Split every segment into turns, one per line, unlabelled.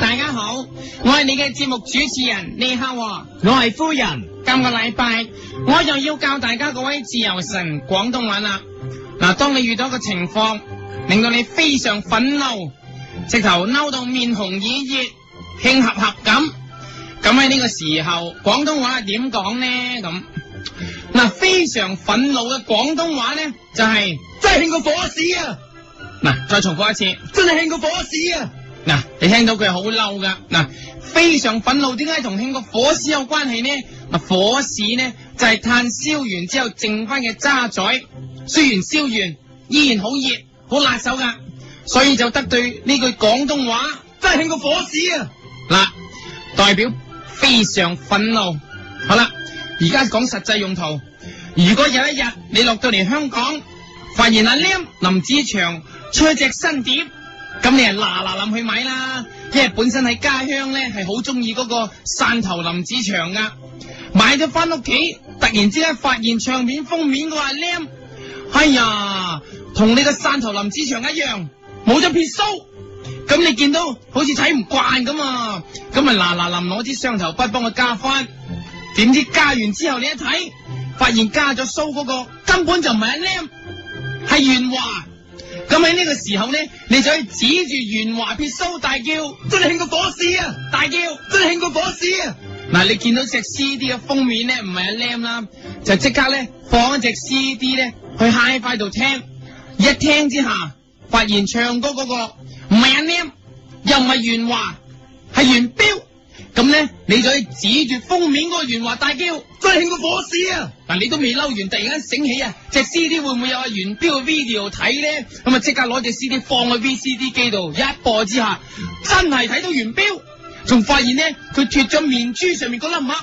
大家好，我系你嘅节目主持人，你好、啊
我系夫人，
今個禮拜我又要教大家嗰位自由神廣東話啦。嗱，當你遇到一個情況，令到你非常憤怒，直頭嬲到面紅耳熱、興合合咁，咁喺呢個時候，廣東話係點講呢？咁嗱，非常憤怒嘅廣東話呢，就係、
真系兴过火屎啊！
嗱，再重複一次。
真系兴过火屎啊！
嗱，你聽到佢好嬲噶，嗱，非常憤怒，點解同興個火屎有關係呢？嗱，火屎呢就係炭燒完之後剩翻嘅渣滓，雖然燒完依然好熱，好辣手噶，所以就得對呢句廣東話
真系兴过火屎啊！
嗱，代表非常憤怒。好啦，而家講實際用途。如果有一日你落到嚟香港，發現啊阿 Lam 林子祥出一隻新碟，咁你係嗱嗱臨去買啦，因為本身喺家鄉咧係好中意嗰個汕頭林子祥噶。買咗翻屋企，突然之間發現唱片封面嗰個阿 Lam，哎呀，同你個汕頭林子祥一樣，冇咗撇須。咁你見到好似睇唔慣咁啊，咁咪嗱嗱臨攞支雙頭筆幫佢加翻，點知加完之後你一睇，發現加咗須嗰個根本就唔係阿 Lam，係元華。咁喺呢個時候咧，你就可以指住元華撇須大叫，
真系兴过火屎啊！
大叫！
真系兴过火屎啊！
嗱，你見到隻 CD 嘅封面咧，唔係阿 Lam 啦，就即刻咧放一隻 CD 咧去 HiFi 度聽，一聽之下發現唱歌嗰、個唔係阿 Lam，又唔係袁華，係袁彪，咁咧你就去指住封面嗰個袁華大叫，
真系兴过火屎啊！
嗱你都未嬲完，突然間醒起啊，隻 CD 會唔會有阿袁彪嘅 video 睇咧？咁啊即刻攞隻 CD 放去 VCD 機度，一播之下真係睇到袁彪，仲發現咧佢脱咗面珠上面嗰粒墨，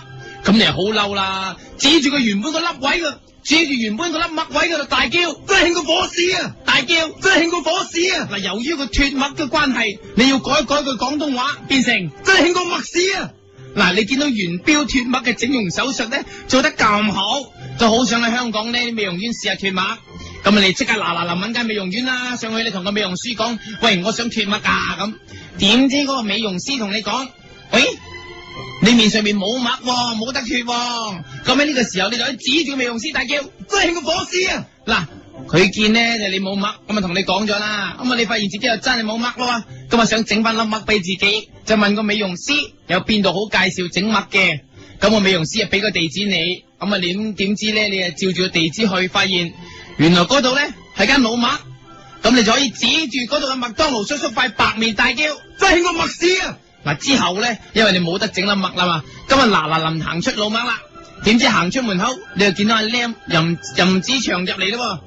咁你係好嬲啦，指住佢原本個粒位嘅，指住原本個粒墨位嗰度大叫，
真系兴过火屎啊！
大叫！
真系兴过火屎啊！
嗱，由於佢脱墨嘅關係，你要改一改句廣東話，變成。
真系兴过墨屎啊！
嗱，你見到元彪脱墨嘅整容手術咧做得咁好，就好想喺香港呢啲美容院試下脱墨。咁啊，你即刻嗱嗱臨揾間美容院啦，上去你同個美容師講，喂，我想脱墨啊咁。點知嗰個美容師同你講，喂，你面上面冇墨喎，冇得脱喎。咁喺呢個時候，你就可以指住美容師大叫。
真系兴过火屎啊！
嗱，佢見咧就你冇墨，咁啊同你講咗啦，咁啊你發現自己又真係冇墨咯，咁啊想整翻粒墨俾自己，就問個美容師有邊度好介紹整墨嘅，咁個美容師啊俾個地址你，咁啊你點點知咧你啊照住個地址去，發現原來嗰度咧係間老麥，咁你就可以指住嗰度嘅麥當勞叔叔塊白面大叫。
真系兴过墨屎啊！
嗱之後咧，因為你冇得整粒麥啦嘛，今日嗱嗱臨行出老麥啦，點知行出門口，你就見到阿 Lam 任任子祥入嚟咯喎。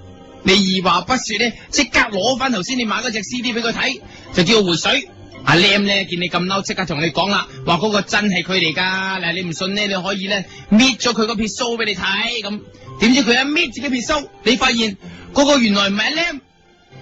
你二話不說咧，即刻攞翻頭先你買嗰隻 CD 俾佢睇，就叫佢回水。阿 Lam 咧見你咁嬲，即刻同你講啦，話嗰個真係佢嚟㗎。嗱，你唔信咧，你可以咧搣咗佢個撇須俾你睇咁。點知佢一搣自己撇須，你發現嗰個原來唔係阿 Lam，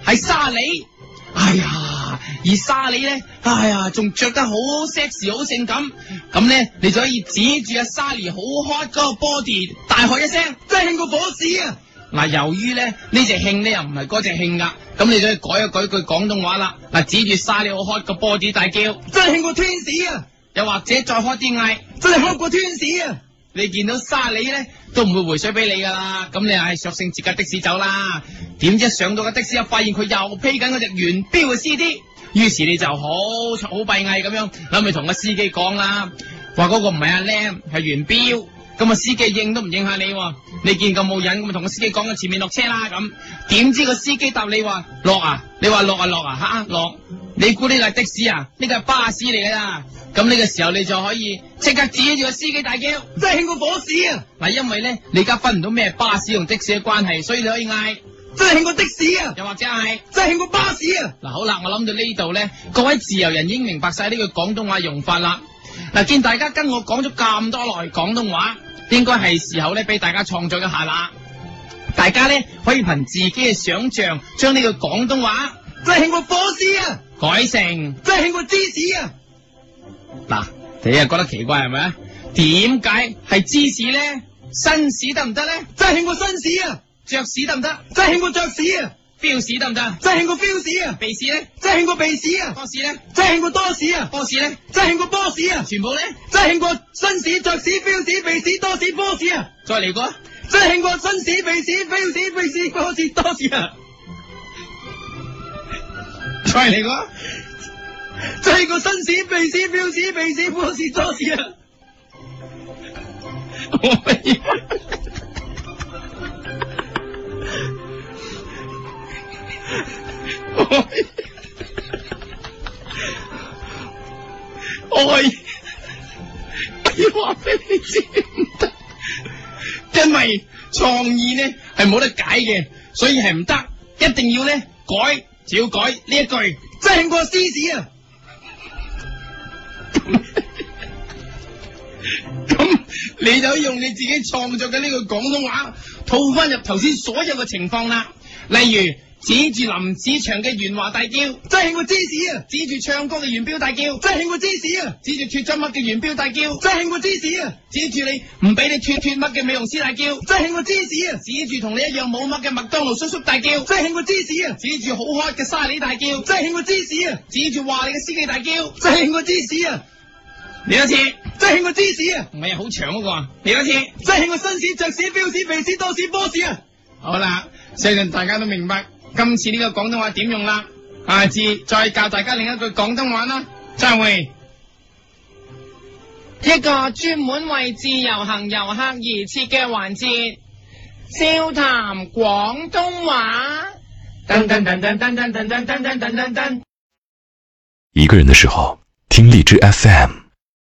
係沙梨。哎呀，而沙莉咧，哎呀，仲着得好 sexy，好性感，咁咧你就可以指住阿沙莉好 hot 嗰個 body，大喝一聲。
真系兴过火屎啊！
嗱，由於咧呢只慶咧又唔係嗰只慶噶，咁你就可以改一改句廣東話啦。嗱，指住沙莉好 hot 個 body 大叫，
真系兴过天屎啊！
又或者再 hot 啲嗌。
真系 hot 过天屎啊！
你見到沙梨咧，都唔會回水俾你噶啦。咁你係索性截架的士走啦。點知一上到架的士，又發現佢又披緊嗰隻元彪嘅 CD，於是你就好好閉翳咁樣諗住同個司機講啦，話嗰個唔係阿 Lam，係元彪。咁啊，司機應都唔應下你喎。你見咁冇癮，咁咪同個司機講緊前面落車啦咁。點知個司機答你話落啊？你話落啊落啊吓落？你估呢個係的士啊？呢個係巴士嚟噶啦。咁呢個時候你就可以即刻指住個司機大叫。
真系兴过火屎啊！
嗱，因為咧，你而家分唔到咩巴士同的士嘅關係，所以你可以嗌，
真系兴过的士啊！
又或者嗌。
真系兴过巴士啊！
嗱，好啦，我諗到呢度咧，各位自由人已經明白晒呢句廣東話用法啦。嗱，見大家跟我講咗咁多耐廣東話，應該係時候咧俾大家創作一下啦。大家咧可以憑自己嘅想像，將呢句廣東話
真系兴过火屎啊！
改成。
真系兴过芝士啊！
嗱，你又覺得奇怪係咪啊？點解係芝士咧？紳士得唔得咧？
真系兴过绅士啊！
爵士得唔得？
真系兴过爵士啊！
，feel 屎得唔得？
真係興過 feel 屎啊！
鼻屎咧，
真係興過鼻屎啊！
多屎咧，
真係興過多屎啊！
波屎咧，
真係興過波屎啊！
全部咧，
真係興過新屎、着屎、feel 屎、鼻屎、多屎、波屎啊！
再嚟過。
真係興過新屎、鼻屎、feel 屎、鼻屎、波屎、多屎啊！
再嚟過。
真係興過新屎、鼻屎、feel 屎、鼻屎、波屎、多屎啊！
我不要。我我要話俾你知唔得，因為創意咧係冇得解嘅，所以係唔得，一定要咧改，就要改呢一句。
真係興過屎屎啊！
咁你就用你自己創作嘅呢句廣東話套翻入頭先所有嘅情況啦，例如指住林子祥嘅元華大叫，
真係興過芝士啊！
指住唱歌嘅元彪大叫，
真係興過芝士啊！
指住脱咗乜嘅元彪大叫，
真係興過芝士啊！
指住你唔俾你脱脱乜嘅美容師大叫，
真係興過芝士啊！
指住同你一樣冇乜嘅麥當勞叔叔大叫，
真係興過芝士啊！
指住好渴嘅沙梨大叫，
真係興過芝士啊！
指住話你嘅司機大叫，
真係興過芝士啊！
你一次，
真係興過芝士啊！
唔係好長嗰個啊，你一次。
真係興過新屎、着屎、標屎、鼻屎、多屎、波屎啊！
好啦，相信大家都明白今次呢個廣東話點用啦。下次再教大家另一句廣東話啦。再會。一個專門為自由行遊客而設嘅環節，笑談廣東話。噔噔噔噔噔噔噔噔噔噔噔噔。
一个人的时候，听荔枝 FM。